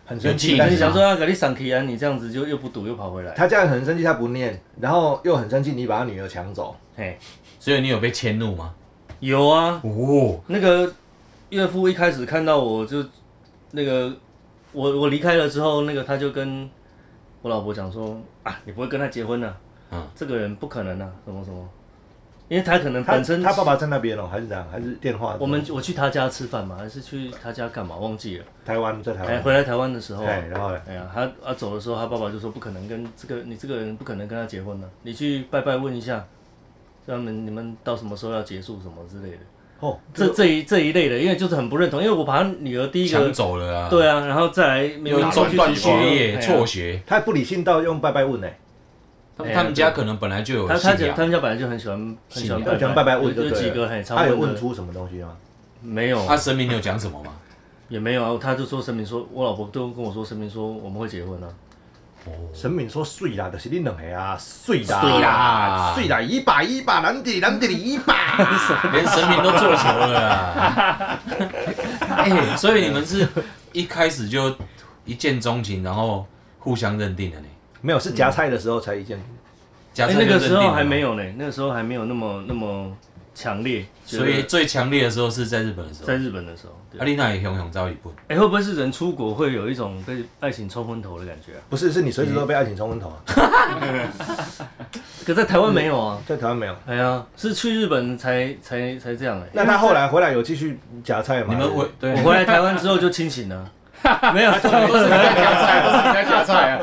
Speaker 4: 很生
Speaker 2: 有
Speaker 4: 气，
Speaker 2: 气
Speaker 4: 但
Speaker 1: 但
Speaker 4: 是
Speaker 1: 是
Speaker 2: 啊
Speaker 1: 想说要给你赏题啊，你这样子就又不读又跑回来，
Speaker 4: 他这样很生气，他不念，然后又很生气，你把他女儿抢走，
Speaker 1: 嘿，
Speaker 2: 所以你有被迁怒吗？
Speaker 1: 有啊，
Speaker 2: 哦，
Speaker 1: 那个岳父一开始看到我就那个我我离开了之后，那个他就跟我老婆讲说啊，你不会跟他结婚啊，
Speaker 2: 嗯
Speaker 1: 这个人不可能啊，什么什么，因为他可能
Speaker 4: 他
Speaker 1: 本身
Speaker 4: 他爸爸在那边哦，还是这样，还是电话？
Speaker 1: 我们我去他家吃饭嘛，还是去他家干嘛忘记了，
Speaker 4: 台湾在台
Speaker 1: 哎，
Speaker 4: 湾，
Speaker 1: 回来台湾的时候、啊
Speaker 4: 哎，。然后嘞，
Speaker 1: 哎呀，他他走的时候，他爸爸就说不可能跟这个你这个人不可能跟他结婚的、你去拜拜问一下，他们你们到什么时候要结束什么之类的，
Speaker 4: 哦，
Speaker 1: 这
Speaker 4: 这
Speaker 1: 这一这一类的，因为就是很不认同，因为我把他女儿第一
Speaker 2: 抢
Speaker 1: 个
Speaker 2: 走了啊！
Speaker 1: 对啊，然后再来明
Speaker 2: 又
Speaker 1: 明
Speaker 2: 中断学
Speaker 1: 哎
Speaker 2: 业，
Speaker 1: 呀
Speaker 2: 辍学。
Speaker 4: 他不理性到用拜拜问呢，
Speaker 2: 他
Speaker 1: 哎
Speaker 2: 们
Speaker 1: 呀
Speaker 2: 他们家可能本来就有
Speaker 1: 他他
Speaker 2: 信
Speaker 1: 家
Speaker 2: 仰
Speaker 1: 他，们家本来就很喜欢很喜欢
Speaker 2: 信仰
Speaker 1: 拜
Speaker 4: 喜欢拜拜问
Speaker 1: 有
Speaker 4: 就
Speaker 1: 有
Speaker 4: 对
Speaker 1: 几
Speaker 4: 了
Speaker 1: 个很常
Speaker 4: 他有
Speaker 1: 的
Speaker 4: 问出什么东西吗？
Speaker 1: 没有
Speaker 2: 他神明有讲什么吗？
Speaker 1: 也没有啊，他就说声明说，我老婆都跟我说声明说我们会结婚啊，
Speaker 4: 神明说碎啦，就是你两个啊，碎啦，
Speaker 1: 水
Speaker 2: 啦
Speaker 4: 碎啦，一把一把，难得难得一把，
Speaker 2: 连神明都做球了啦！ 哎，所以你们是一开始就一见钟情，然后互相认定了呢？
Speaker 4: 没有是夹菜的时候才一见，
Speaker 2: 假
Speaker 1: 哎
Speaker 2: 设
Speaker 1: 那个时候还没
Speaker 2: 有，
Speaker 1: 有呢，那个时候还没有那么那么强烈，
Speaker 2: 所
Speaker 1: 觉
Speaker 2: 以
Speaker 1: 得
Speaker 2: 最强烈的时候是在日本的时候
Speaker 1: 在。日本的时候，对
Speaker 2: 阿丽娜也熊熊遭一步，
Speaker 1: 哎会不会是人出国会有一种被爱情冲昏头的感觉啊？
Speaker 4: 不是是你随时都被爱情冲昏头啊，
Speaker 1: 可在台湾没有啊，
Speaker 4: 在台湾没有。
Speaker 1: 哎呀，是去日本才才才这样哎。
Speaker 4: 那他后来回来有继续夹菜吗？
Speaker 2: 你们回对
Speaker 1: 我回来台湾之后就清醒 了，没有，哎
Speaker 3: 在夹菜，不是你在夹菜 啊！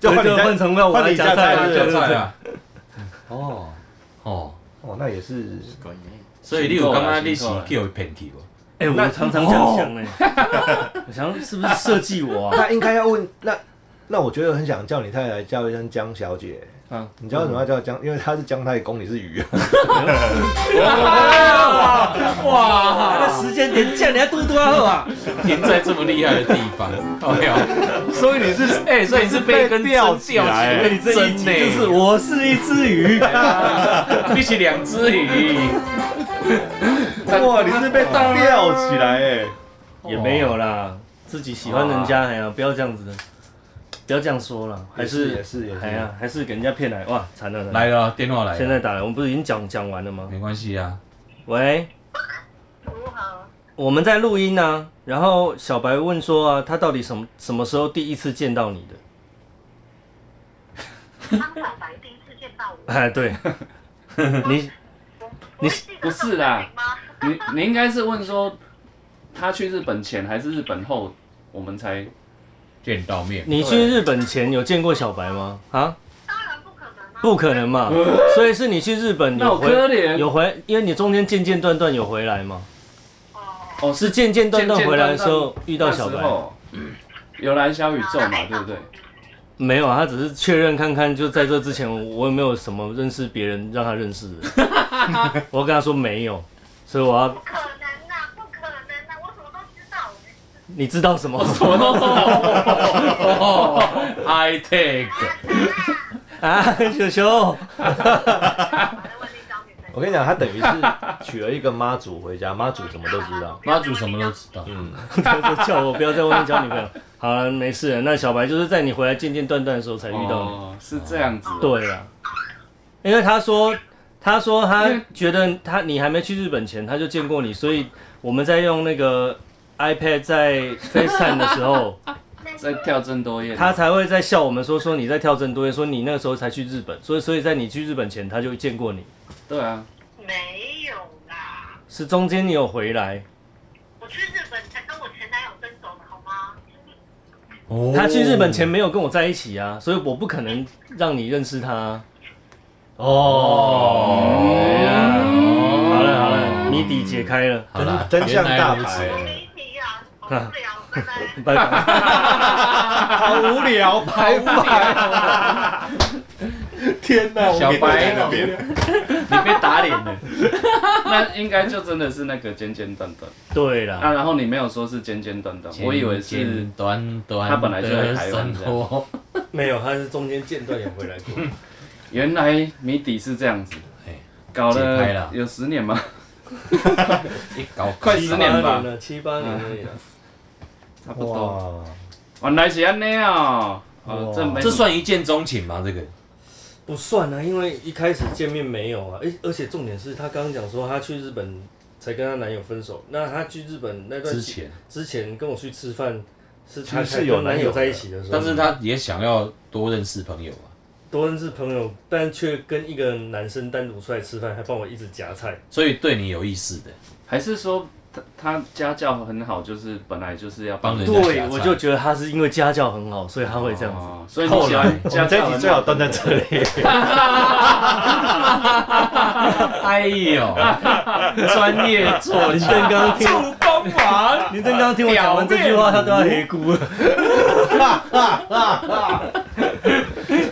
Speaker 4: 就
Speaker 1: 就
Speaker 4: 换
Speaker 1: 换
Speaker 4: 你夹
Speaker 1: 换成要我
Speaker 4: 换
Speaker 1: 来
Speaker 4: 你
Speaker 1: 夹
Speaker 4: 夹菜
Speaker 1: 菜，
Speaker 4: 对
Speaker 2: 夹
Speaker 4: 对
Speaker 2: 菜啊！
Speaker 4: 哦
Speaker 2: 哦，
Speaker 4: 哦，那也是
Speaker 2: 所以你有刚刚你
Speaker 3: 行
Speaker 2: 是
Speaker 3: 够
Speaker 2: 叫他
Speaker 3: 了
Speaker 2: 骗去无？
Speaker 1: 哎、我常常这样想哎、我想是不是设计我啊？
Speaker 4: 那应该要问那那我觉得很想叫你太太叫一声江小姐，
Speaker 1: 嗯，
Speaker 4: 你知道为什么要叫姜？因为他是姜太公，你是鱼啊。
Speaker 1: 他 的时间点降，你还嘟嘟啊啊！
Speaker 2: 停在这么厉害的地 方，
Speaker 3: 哦
Speaker 2: 哎呦，所以你是哎、所以你是被一根针吊起来，
Speaker 1: 你这一集
Speaker 2: 真呢
Speaker 1: 就是我是一只鱼，
Speaker 2: 一起两只鱼，
Speaker 4: 哇，你是被吊起来哎！
Speaker 1: 也没有啦，自己喜欢人家，哎呀，不要这样子的，不要这样说了，还是
Speaker 4: 也是也是
Speaker 1: 哎呀，还是给人家骗来，哇，惨了，惨了
Speaker 2: 来了，电
Speaker 3: 哎
Speaker 2: 话来
Speaker 1: 现在
Speaker 2: 了，
Speaker 1: 打来，我们不是已经讲讲完了吗？
Speaker 2: 没关系啊，
Speaker 1: 喂，
Speaker 6: 你好，
Speaker 1: 我们在录音呢、啊，然后小白问说啊，他到底什么什么时候第一次见到你的？
Speaker 6: 张小白第一次见到我，
Speaker 1: 哎，对， 你你
Speaker 3: 不是啦你你应该是问说，他去日本前还是日本后，我们才
Speaker 2: 见到面，
Speaker 1: 你去日本前有见过小白吗？啊，
Speaker 6: 当然不可能啊，
Speaker 1: 不可能嘛！所以是你去日本
Speaker 3: 那
Speaker 1: 有
Speaker 3: 我可
Speaker 1: 回
Speaker 3: 怜
Speaker 1: 有回，因为你中间间间断断有回来嘛，
Speaker 6: 哦，
Speaker 3: 哦，
Speaker 1: 是间间断断回来的时候遇到小
Speaker 3: 那
Speaker 1: 白
Speaker 3: 时候有来小宇宙嘛，对不对？
Speaker 1: 没有啊？他只是确认看看，就在这之前我有没有什么认识别人让他认识的， 我跟他说没有，所以我要
Speaker 6: 不可能啊，不可能啊，我什么都知道欸。
Speaker 1: 你知 道什么
Speaker 3: 我都说
Speaker 2: 哦，I take，
Speaker 1: 啊？球球，
Speaker 6: 我在外面找女朋
Speaker 4: 我
Speaker 6: 友，
Speaker 4: 跟你讲，他等于是娶了一个妈祖回家，妈祖什么都知道。
Speaker 2: 妈祖什么都知道，
Speaker 4: 嗯，
Speaker 1: 他说叫我不要在外面交女朋友。好了，没事了。那小白就是在你回来间间断断的时候才遇到你。
Speaker 3: 哦，是这样子，，
Speaker 1: 对啦，因为他说，他说他
Speaker 3: 因为
Speaker 1: 觉得他你还没去日本前他就见过你，所以我们在用那个 iPad 在 FaceTime 的时 候，
Speaker 3: 在跳郑多燕，
Speaker 1: 他才会在笑我们说说你在跳针多，说你那个时候才去日本，所以所以在你去日本前他就见过你，
Speaker 3: 对啊，
Speaker 6: 没有啦，
Speaker 1: 是中间你有回来，
Speaker 6: 我去日本才跟我前男友分手的好吗？
Speaker 2: 哦
Speaker 1: 他去日本前没有跟我在一起啊，所以我不可能让你认识他啊、哎
Speaker 4: 哦，
Speaker 1: 好了好了，谜底解开了，
Speaker 2: 好啦，
Speaker 4: 真真相大
Speaker 2: 原来
Speaker 4: 白
Speaker 2: 如此，
Speaker 6: 没题啊，好无聊，拜拜。
Speaker 4: 好无
Speaker 1: 拜拜。
Speaker 4: 聊，白
Speaker 5: 天哪，我
Speaker 2: 小
Speaker 5: 给
Speaker 2: 白
Speaker 5: 你在那边，
Speaker 2: 你被打脸了，
Speaker 3: 那应该就真的是那个尖尖断断
Speaker 1: 对啦，
Speaker 3: 啊，然后你没有说是尖尖断断，我以为是
Speaker 2: 简短短，
Speaker 3: 他本来就在台湾这样
Speaker 2: 生活，
Speaker 1: 没有，他是中间间断有回来过。
Speaker 3: 原来谜底是这样子
Speaker 2: 哎，
Speaker 3: 搞
Speaker 2: 解开了
Speaker 3: 了有十年吗？
Speaker 2: 一搞
Speaker 3: 快十年吧，
Speaker 1: 了，七八年而已啊了。
Speaker 3: 差不多。
Speaker 4: 哇，
Speaker 3: 原来是安尼哦，哦
Speaker 4: 哇，
Speaker 3: 这没
Speaker 2: 这算一见钟情吗？这个
Speaker 1: 不算啊，因为一开始见面没有啊，而而且重点是她刚刚讲说她去日本才跟她男友分手，那她去日本那段
Speaker 2: 之
Speaker 1: 期
Speaker 2: 前，
Speaker 1: 之前跟我去吃饭，是她
Speaker 4: 其实是有
Speaker 1: 跟男
Speaker 4: 男友
Speaker 1: 友
Speaker 4: 的
Speaker 1: 在一起的时候，
Speaker 2: 但是他也想要多认识朋友啊，
Speaker 1: 多认识朋友，但却跟一个男生单独出来吃饭，还帮我一直夹菜，
Speaker 2: 所以对你有意思 的，
Speaker 3: 还是说他他家教很好，就是本来就是要帮
Speaker 2: 帮人
Speaker 3: 人
Speaker 2: 家
Speaker 3: 家
Speaker 2: 夹菜
Speaker 1: 我就觉得她是因为家教很好，所以她会这样子。
Speaker 3: 哦，所以你喜欢
Speaker 4: 我
Speaker 3: 家
Speaker 4: 们这
Speaker 3: 教
Speaker 4: 一集
Speaker 3: 很
Speaker 4: 最好
Speaker 3: 好。
Speaker 4: 断在这里。
Speaker 2: 哎呦，专业做
Speaker 1: 哦林正刚听，
Speaker 2: 帮忙，
Speaker 1: 林正刚听我讲完这句话，他都要黑咕了。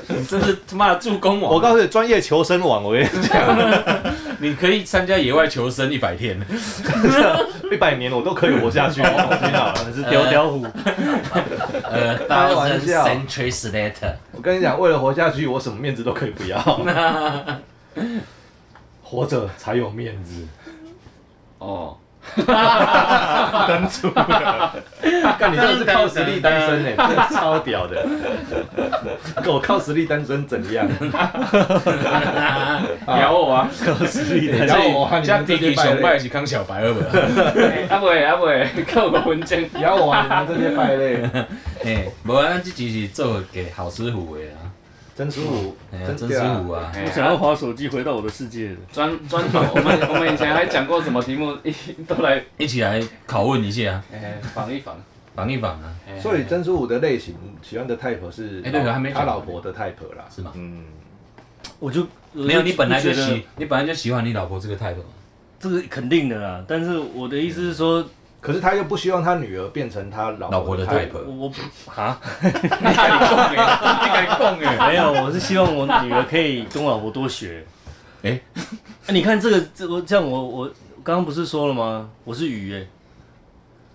Speaker 2: 你真是他妈的助攻
Speaker 4: 我
Speaker 2: 王，
Speaker 4: 告诉你，专业求生网，我跟你
Speaker 2: 你可以参加野外求生一百天，
Speaker 4: 讲，一百年我都可以活下去。
Speaker 1: 哦
Speaker 4: 我知道了
Speaker 1: 是屌屌虎，
Speaker 2: 呃，
Speaker 4: 开玩笑
Speaker 2: thousand centuries later，
Speaker 4: 我跟你讲，为了活下去，我什么面子都可以 不要，活着才有面子。
Speaker 3: 哦，
Speaker 5: 登出了，
Speaker 4: 干，你真的是靠实力单 身哎、真的超屌的。我靠实力单身怎 样？
Speaker 3: 咬我啊！
Speaker 4: 然后我啊，你
Speaker 2: 像
Speaker 4: 们这些
Speaker 2: 弟弟
Speaker 4: 败
Speaker 2: 熊
Speaker 4: 类
Speaker 2: 拜，是康小白二本，
Speaker 3: 哎阿伟阿伟，扣我 文件。
Speaker 4: 然后我啊，你们这些败 类，
Speaker 2: 哎，无咱这集是做给好师傅的啦，
Speaker 4: 真舒服，
Speaker 2: 哎呀，真
Speaker 4: 对
Speaker 2: 师
Speaker 4: 啊
Speaker 2: 傅啊，
Speaker 3: 哎
Speaker 1: 我想要滑手机回到我的世界了。
Speaker 3: 专专访，我们我们以前还讲过什么题目，一都来
Speaker 2: 一起来拷问一下，啊
Speaker 3: 哎仿一仿。
Speaker 2: 绑一绑啊，
Speaker 3: 哎
Speaker 4: 所以真舒服的类型喜欢的 type 是，
Speaker 2: 哎对还没讲
Speaker 4: 他老婆的 type 啦。
Speaker 2: 是吗？
Speaker 5: 嗯，
Speaker 1: 我就
Speaker 2: 没有，你本来就
Speaker 1: 觉得
Speaker 2: 啊喜，你本来就喜欢你老婆这个态度嘛。
Speaker 1: 这个肯定的啦，但是我的意思是说，
Speaker 4: 可是他又不希望他女儿变成他老
Speaker 2: 老婆的
Speaker 4: 态
Speaker 2: type
Speaker 1: 我我啊，
Speaker 2: 你敢供哎，你敢供 哎，
Speaker 1: 没有，我是希望我女儿可以跟我老婆多学。
Speaker 2: 哎
Speaker 1: 啊你看这个，这我这样我我刚刚不是说了吗？我是鱼耶、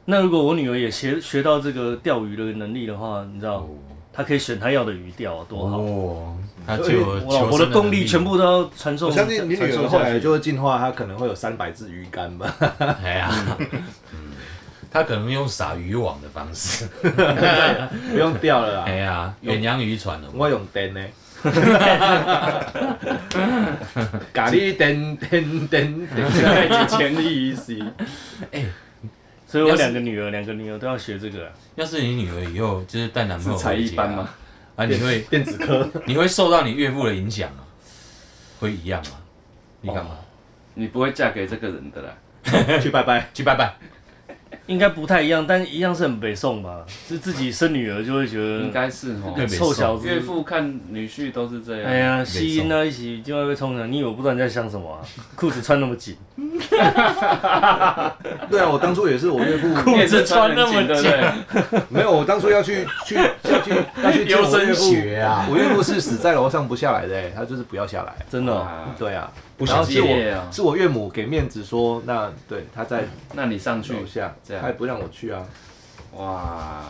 Speaker 1: 那如果我女儿也学学到这个钓鱼的能力的话，你知道，
Speaker 4: 哦
Speaker 1: 她可以选她要的鱼钓，多好！
Speaker 2: 哦，他
Speaker 4: 所以
Speaker 2: 就
Speaker 1: 我老婆的功 力全部都要传授，
Speaker 4: 我相信你女
Speaker 1: 传授
Speaker 4: 儿
Speaker 1: 下
Speaker 4: 后来
Speaker 1: 去
Speaker 4: 就会进化，她可能会有三百只鱼竿吧。
Speaker 2: 哎呀，嗯他可能用撒渔网的方式，
Speaker 4: 不用钓了啊
Speaker 2: 哎
Speaker 4: 啦，
Speaker 2: 呀，远洋渔船了嘛，
Speaker 4: 我用电 呢。咖喱电电电电，
Speaker 3: 对，千亿 EC，
Speaker 1: 所以我两个女儿，两个女儿都要学这个啊、
Speaker 2: 要是你女儿以后就是带男朋
Speaker 3: 是
Speaker 2: 友
Speaker 3: 才
Speaker 2: 回
Speaker 3: 艺
Speaker 2: 家
Speaker 3: 班吗？
Speaker 2: 啊，你会
Speaker 4: 电子科，
Speaker 2: 你会受到你岳父的影响啊，会一样吗？你干嘛？
Speaker 3: 哦你不会嫁给这个人的啦。
Speaker 4: 去拜拜。
Speaker 2: 去拜拜。
Speaker 1: 应该不太一样，但一样是很北宋吧？是自己生女儿就会觉
Speaker 3: 应
Speaker 1: 得
Speaker 3: 该是哦。
Speaker 2: 对
Speaker 1: 臭小子，
Speaker 3: 岳父看女婿都是这样。
Speaker 1: 哎呀，吸音啊，一起就会被冲上。你以为我不知道你在想什么 啊？裤子穿那么紧，
Speaker 4: 对啊，我当初也是，我岳父
Speaker 3: 你也是穿那么紧，对不对？
Speaker 4: 没有，我当初要去去要去要去见
Speaker 2: 优
Speaker 4: 我
Speaker 2: 生
Speaker 4: 岳
Speaker 2: 学
Speaker 4: 父
Speaker 2: 啊，
Speaker 4: 我岳父是死在楼上不下来的、欸，他就是不要下来。
Speaker 1: 真的、哦。
Speaker 3: 啊
Speaker 4: 对啊，
Speaker 2: 不
Speaker 4: 然后
Speaker 2: 想
Speaker 4: 是
Speaker 3: 借啊
Speaker 4: 我是我岳母给面子说，那对他在
Speaker 3: 那你上去
Speaker 4: 楼下，
Speaker 3: 这样
Speaker 4: 他也不让我去啊。
Speaker 3: 哇，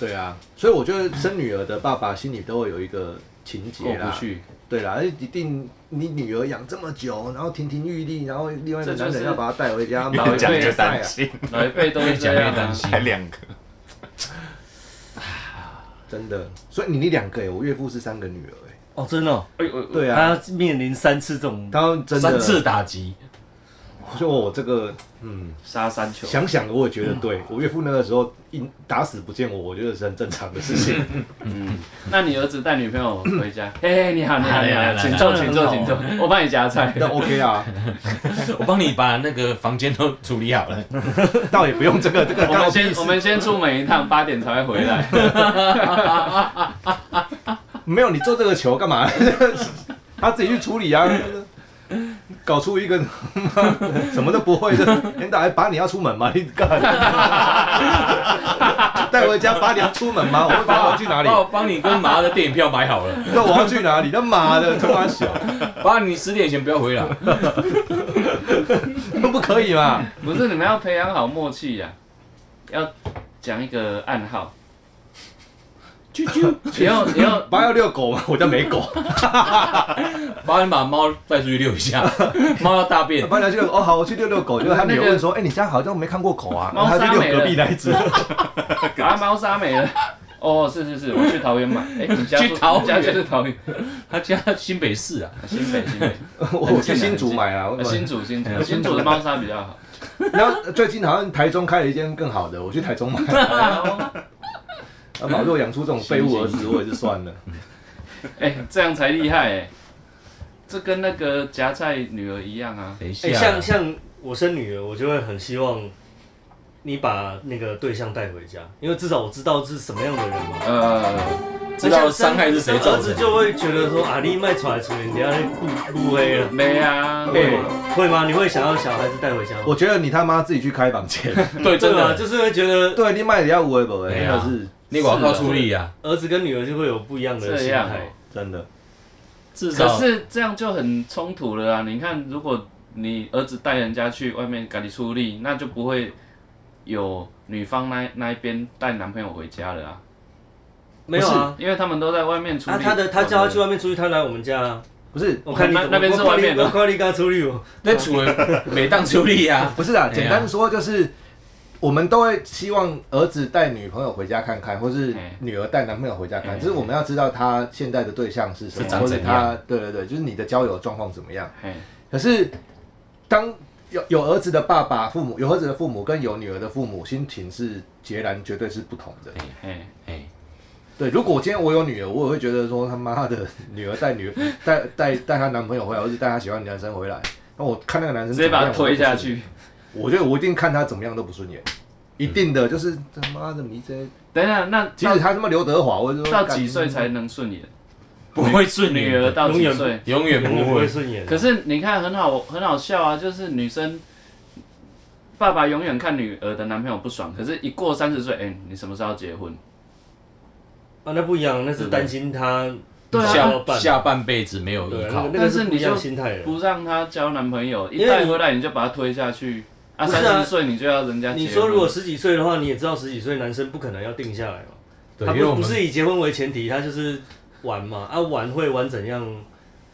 Speaker 4: 对啊，所以我觉得生女儿的爸爸心里都会有一个情
Speaker 3: 过
Speaker 4: 节
Speaker 3: 不
Speaker 4: 啦。
Speaker 3: 去，
Speaker 4: 对啦，一定你女儿养这么久，然后亭亭玉立，然后另外一个
Speaker 3: 这就
Speaker 4: 男人
Speaker 3: 是
Speaker 4: 要把她带回 家，
Speaker 3: 越
Speaker 4: 妈妈
Speaker 3: 讲
Speaker 4: 会
Speaker 3: 越
Speaker 5: 就
Speaker 4: 晒啊
Speaker 5: 担心，
Speaker 3: 老一辈都
Speaker 2: 越
Speaker 3: 是
Speaker 2: 讲
Speaker 3: 这
Speaker 2: 越
Speaker 3: 样
Speaker 2: 担
Speaker 3: 啊。
Speaker 2: 心
Speaker 5: 还。两个，
Speaker 4: 真的。所以你你两个哎，我岳父是三个女儿哎，
Speaker 1: 哦，真的、哦，
Speaker 3: 哎呦，
Speaker 4: 对
Speaker 1: 他
Speaker 4: 啊，
Speaker 1: 要面临三次这种，
Speaker 4: 他真的
Speaker 3: 呃
Speaker 2: 三次，打击，
Speaker 4: 就我这个嗯。
Speaker 3: 杀山球，
Speaker 4: 想想我也觉得
Speaker 3: 嗯
Speaker 4: 对，我岳父那个时候一打死不见我，我觉得是很正常的事 情。
Speaker 3: 嗯，那你儿子带女朋友回家，嘿，你好，你好，你
Speaker 2: 来来
Speaker 3: 好，
Speaker 2: 来
Speaker 3: 请坐，
Speaker 1: 来
Speaker 3: 请坐，
Speaker 1: 来
Speaker 3: 请坐，我帮你夹菜。
Speaker 4: 那 OK 啊，
Speaker 2: 我帮你把那个房间都处理好了。
Speaker 4: 倒也啊不用这个这个
Speaker 3: 我
Speaker 4: 干
Speaker 3: 们
Speaker 4: 我屁
Speaker 3: 先
Speaker 4: 事。
Speaker 3: 我们先出门一趟，八点才会回来。
Speaker 4: 没有你做这个球干嘛？ 他自己去处理啊，搞出一个 什么都不会的。连打还把你要出门吗？你 干？带回家把你要出门吗？我会把我要去哪里？
Speaker 2: 帮我帮你跟麻的电影票买好了，
Speaker 4: 那我要去哪里？他妈的，他妈小，
Speaker 2: 爸，你十点以前不要回来。
Speaker 4: 那不可以嘛？
Speaker 3: 不是，你们要培养好默契呀、要讲一个暗号，
Speaker 2: 啾啾，
Speaker 3: 以后以后
Speaker 4: 不要遛狗嘛，我家没狗。
Speaker 2: 爸，你把猫带出去遛一下，猫要大便。
Speaker 4: 帮你要去遛狗哦，好，我去遛遛狗。结果他女儿
Speaker 3: 那个
Speaker 4: 问说：“哎，你家好像没看过狗啊？”
Speaker 3: 猫砂
Speaker 4: 他去
Speaker 3: 没
Speaker 4: 遛
Speaker 3: 了
Speaker 4: 隔壁那一 只。
Speaker 3: 把啊猫杀没了。哦，是是是，我去桃园买。哎、你家
Speaker 2: 去
Speaker 3: 住
Speaker 2: 桃
Speaker 3: 你家就
Speaker 2: 园
Speaker 3: 是桃园，
Speaker 2: 他家新北市啊，
Speaker 3: 新北新北，
Speaker 4: 我去新竹买啊，我
Speaker 3: 呃新竹新竹新竹的猫砂比较好。
Speaker 4: 然后最近好像台中开了一间更好的，我去台中买。
Speaker 3: 哎、
Speaker 4: 啊，把若养出这种废物儿子，我也是算 了。
Speaker 3: 这样才厉害哎、这跟那个夹菜女儿一样啊。
Speaker 2: 等一下
Speaker 1: 哎、，像像我生女儿，我就会很希望你把那个对象带回家，因为至少我知道是什么样的人嘛。
Speaker 3: 呃，
Speaker 2: 知道伤害是谁
Speaker 1: 像
Speaker 2: 造
Speaker 1: 儿子
Speaker 2: 成。
Speaker 1: 就会觉得说啊，你卖出来出你要不不黑了，
Speaker 3: 没
Speaker 4: 嗯
Speaker 3: 啊，
Speaker 1: 会吗？会吗？你会想要小孩子带回家吗？
Speaker 4: 哎我觉得你他妈自己去开房间，
Speaker 2: 对，真
Speaker 1: 对啊，
Speaker 2: 的，
Speaker 1: 就是会觉得
Speaker 4: 对你卖的要无为不为，
Speaker 2: 哎
Speaker 4: 真
Speaker 2: 呀
Speaker 4: 的是
Speaker 2: 你广告处理啊，
Speaker 1: 儿子跟女儿就会有不一样的
Speaker 3: 这
Speaker 1: 心
Speaker 3: 样
Speaker 1: 态
Speaker 3: 哦。
Speaker 4: 真的。
Speaker 2: 至
Speaker 3: 可
Speaker 2: 少
Speaker 3: 是这样就很冲突了啊！你看，如果你儿子带人家去外面赶你出力，那就不会有女方那那一边带男朋友回家了啊，
Speaker 1: 没有啊，
Speaker 3: 因为他们都在外面出力。
Speaker 1: 啊，他的他叫他去外面出去，他来我们家啊。
Speaker 4: 不是
Speaker 1: 我看你
Speaker 3: 那
Speaker 1: 怎么
Speaker 3: 那边是外面的
Speaker 1: 我看你刚出力哦。
Speaker 2: 那除了每当处理啊，
Speaker 4: 不是啊，
Speaker 2: 呀
Speaker 4: 简单说就是，我们都会希望儿子带女朋友回家看看，或是
Speaker 3: 哎
Speaker 4: 女儿带男朋友回家看，
Speaker 3: 哎
Speaker 4: 只是我们要知道他现在的对象是什
Speaker 2: 是
Speaker 4: 么，
Speaker 2: 长
Speaker 4: 或者
Speaker 2: 怎样
Speaker 4: 他对对对，就是你的交友状况怎么样。
Speaker 3: 嘿，
Speaker 4: 可是当有有儿子的爸爸、父母有儿子的父母跟有女儿的父母心情是截然绝对是不同的。
Speaker 3: 嘿，
Speaker 2: 哎，
Speaker 4: 对，如果今天我有女儿，我也会觉得说他妈的， 女儿 带女带带带她男朋友回来，或是带她喜欢的男生回来，那我看那个男生
Speaker 3: 直接把他推下
Speaker 4: 怎么样。
Speaker 3: 去。
Speaker 4: 我觉得我一定看他怎么样都不顺眼，一定
Speaker 3: 嗯
Speaker 4: 的，就是他妈的你这，
Speaker 3: 等一下，那
Speaker 4: 即使
Speaker 3: 到
Speaker 4: 他他妈刘德华，我就说
Speaker 3: 到几岁才能顺眼？
Speaker 2: 不会顺
Speaker 3: 女
Speaker 2: 眼
Speaker 3: 儿
Speaker 2: 的，
Speaker 3: 到几
Speaker 1: 永
Speaker 3: 岁？
Speaker 2: 永远
Speaker 1: 永
Speaker 2: 不
Speaker 1: 远不会
Speaker 2: 会。
Speaker 1: 顺眼。
Speaker 3: 可是你看，很好，很好笑啊！就是女生爸爸永远看女儿的男朋友不爽，可是一过三十岁，哎、你什么时候要结婚？
Speaker 1: 啊，那不一样，那是担心他
Speaker 3: 对啊
Speaker 1: 交
Speaker 2: 下
Speaker 1: 伴
Speaker 2: 下半辈子没有
Speaker 1: 对
Speaker 2: 依
Speaker 1: 啊，那
Speaker 2: 靠
Speaker 1: 个，那个
Speaker 3: 但
Speaker 1: 是
Speaker 3: 是
Speaker 1: 不一
Speaker 3: 你
Speaker 1: 样
Speaker 3: 就
Speaker 1: 心态的。
Speaker 3: 不让她交男朋友，
Speaker 1: 因
Speaker 3: 一
Speaker 1: 为
Speaker 3: 带
Speaker 1: 你
Speaker 3: 回来你就把她推下去啊！
Speaker 1: 不是啊
Speaker 3: 三十岁你就要人家结婚
Speaker 1: 你说如果十几岁的话，你也知道十几岁男生不可能要定下来嘛，
Speaker 2: 对，
Speaker 1: 他
Speaker 2: 因为我
Speaker 1: 不
Speaker 2: 们
Speaker 1: 不是以结婚为前提，他就是玩嘛，啊玩会玩怎样，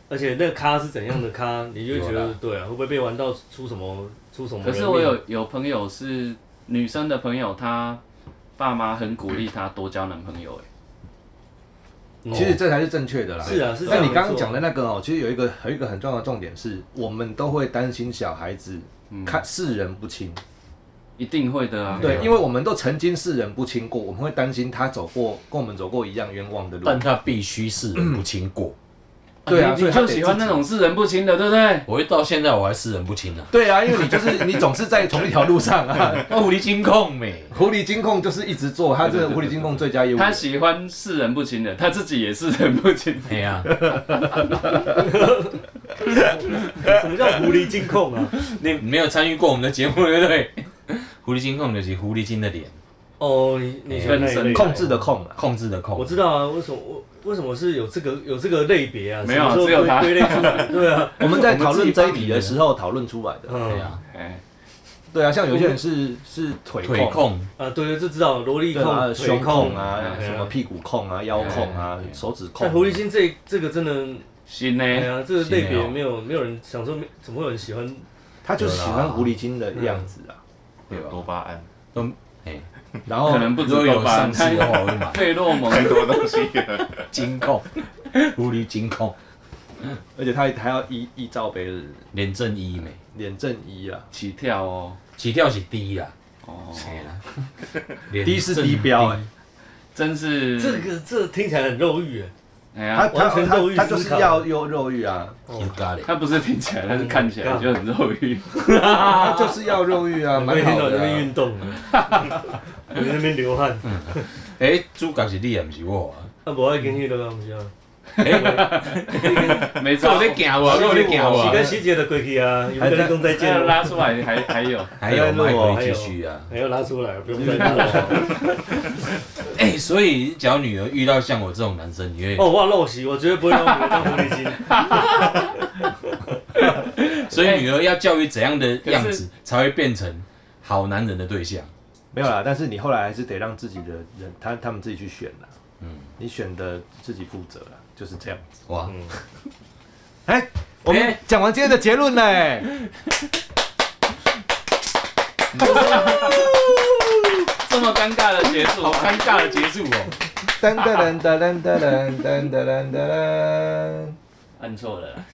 Speaker 1: 而且那个咖是怎样的咖，你就会觉
Speaker 2: 有
Speaker 1: 得
Speaker 2: 啦
Speaker 1: 对啊，会不会被玩到出什么出什么
Speaker 3: 可
Speaker 1: 人命？
Speaker 3: 是我有有朋友是女生的朋友，她爸妈很鼓励她多交男朋友、哎，
Speaker 1: 嗯，
Speaker 4: 其实这才是正确的啦。
Speaker 1: 是啊是这
Speaker 4: 那
Speaker 1: 样
Speaker 4: 你刚
Speaker 1: 没
Speaker 4: 刚
Speaker 1: 错
Speaker 4: 讲的那个哦，其实有一个有一个很重要的重点是，我们都会担心小孩子
Speaker 1: 嗯
Speaker 4: 看视人不清。
Speaker 3: 嗯一定会的啊。
Speaker 4: 对，因为我们都曾经视人不清过，我们会担心他走过跟我们走过一样冤枉的路。
Speaker 2: 但他必须是人不清 过。
Speaker 4: 对啊，
Speaker 3: 你
Speaker 4: 所以
Speaker 3: 你
Speaker 4: 他
Speaker 3: 就
Speaker 4: 得
Speaker 3: 喜欢
Speaker 4: 自
Speaker 3: 那
Speaker 4: 己
Speaker 3: 种视人不清的，对不对？
Speaker 2: 我一到现在我还是人不清啊，
Speaker 4: 对啊，因为你就是你总是在同一条路上啊。
Speaker 2: 哦，狐狸金控没，
Speaker 4: 狐狸金控就是一直做，他这个狐狸金控最佳业务员。
Speaker 3: 他喜欢视人不清的，他自己也视人不清。
Speaker 2: 哎呀，
Speaker 1: 什么叫狐狸精控 啊？
Speaker 2: 你没有参与过我们的节目，对不对？狐狸金控就是狐狸精的脸，
Speaker 1: 哦，你你喜欢那一
Speaker 3: 跟
Speaker 1: 类的
Speaker 4: 控制的控啊，
Speaker 2: 哎控制的
Speaker 3: 哦
Speaker 2: 控。
Speaker 1: 我知道啊，为什么我为什么是有这个有这个类别啊？
Speaker 3: 没有啊
Speaker 1: 什么时
Speaker 3: 只有
Speaker 1: 候归
Speaker 3: 他
Speaker 1: 归类出来？对啊，
Speaker 4: 我们在讨
Speaker 2: 我们自己
Speaker 4: 论这一题
Speaker 2: 发明的
Speaker 4: 的时候讨论出来的。
Speaker 2: 对
Speaker 1: 嗯
Speaker 2: 啊，
Speaker 3: 哎，
Speaker 4: 对啊，像有些人是是腿
Speaker 2: 腿
Speaker 4: 控。
Speaker 2: 控，
Speaker 1: 啊，对对，这知道萝莉
Speaker 4: 对啊，
Speaker 1: 控、
Speaker 4: 胸控
Speaker 1: 控
Speaker 4: 啊，
Speaker 1: 对
Speaker 4: 什么屁股控啊、腰控啊、手指控
Speaker 1: 但
Speaker 4: 啊。
Speaker 1: 狐狸精这这个真的，
Speaker 3: 心呢？
Speaker 1: 哎呀，这个类
Speaker 2: 是没有
Speaker 3: 啊
Speaker 1: 别没有没有人想说，怎么会有人喜欢？
Speaker 3: 嗯
Speaker 4: 他就是喜欢狐狸精的样子啊。
Speaker 2: 对吧？
Speaker 5: 多巴胺，
Speaker 2: 都哎，
Speaker 4: 然后
Speaker 3: 可能不
Speaker 2: 如
Speaker 3: 止
Speaker 2: 果有
Speaker 3: 多巴胺
Speaker 2: 上市的话，我会 买
Speaker 3: 费洛蒙
Speaker 5: 太多东西了。
Speaker 2: 金控，狐狸金控，
Speaker 4: 而且他还要依依照北日
Speaker 2: 廉政一没，
Speaker 4: 脸正一啊，
Speaker 3: 起跳哦。
Speaker 2: 起跳是低啦，
Speaker 3: 哦，
Speaker 2: 谁啊啦？
Speaker 4: 低是低标
Speaker 2: 欸
Speaker 4: 哎，
Speaker 3: 真是
Speaker 1: 这个这听起来很肉欲
Speaker 3: 哎
Speaker 1: 哎，
Speaker 4: 他
Speaker 3: 呀，
Speaker 4: 他
Speaker 1: 完全肉
Speaker 4: 他
Speaker 1: 欲
Speaker 4: 他
Speaker 1: 思
Speaker 4: 就是
Speaker 1: 考
Speaker 4: 要肉肉欲啊，
Speaker 2: You got it
Speaker 3: 他不是听起来，他是看起来就很肉欲。
Speaker 4: 他就是要肉欲啊，
Speaker 1: 我也
Speaker 4: 蛮
Speaker 1: 听
Speaker 4: 好
Speaker 1: 到在
Speaker 4: 的
Speaker 1: 那边
Speaker 4: 啊。
Speaker 1: 运动啊， 我在那边流汗，
Speaker 2: 哎，主角是你啊，不是我啊。
Speaker 1: 啊，无爱跟迄个啊，不是啊，
Speaker 3: 没
Speaker 2: 这
Speaker 3: 错
Speaker 2: 有，在行我，这有在行
Speaker 1: 是跟
Speaker 2: 我。
Speaker 1: 师姐的过去啊，有没有跟你讲再见
Speaker 3: 哎
Speaker 1: 啊，
Speaker 3: 拉出来嗯还还有，
Speaker 2: 还有麦
Speaker 4: 哦
Speaker 2: 可以继续啊。
Speaker 1: 哎还要拉出来，不用
Speaker 3: 嗯
Speaker 1: 再拉 了。
Speaker 2: 哎、所以只要女儿遇到像我这种男生，你会，
Speaker 1: 哦，我陋习，我绝对不会让我女儿当狐狸精。
Speaker 2: 所以女儿要教育怎样的样
Speaker 3: 可
Speaker 2: 子才会变成好男人的对象？
Speaker 4: 没有啦，但是你后来还是得让自己的人，他他们自己去选啦。
Speaker 2: 嗯
Speaker 4: 你选的自己负责啦，就是这样。
Speaker 2: 哇，
Speaker 1: 嗯
Speaker 4: 哎，我们
Speaker 2: 哎
Speaker 4: 讲完今天的结论嘞。
Speaker 3: 这么尴尬的结束
Speaker 2: 好，尴尬的结束哦。
Speaker 4: 噔噔噔噔噔噔噔噔噔噔。
Speaker 3: 按错了啦。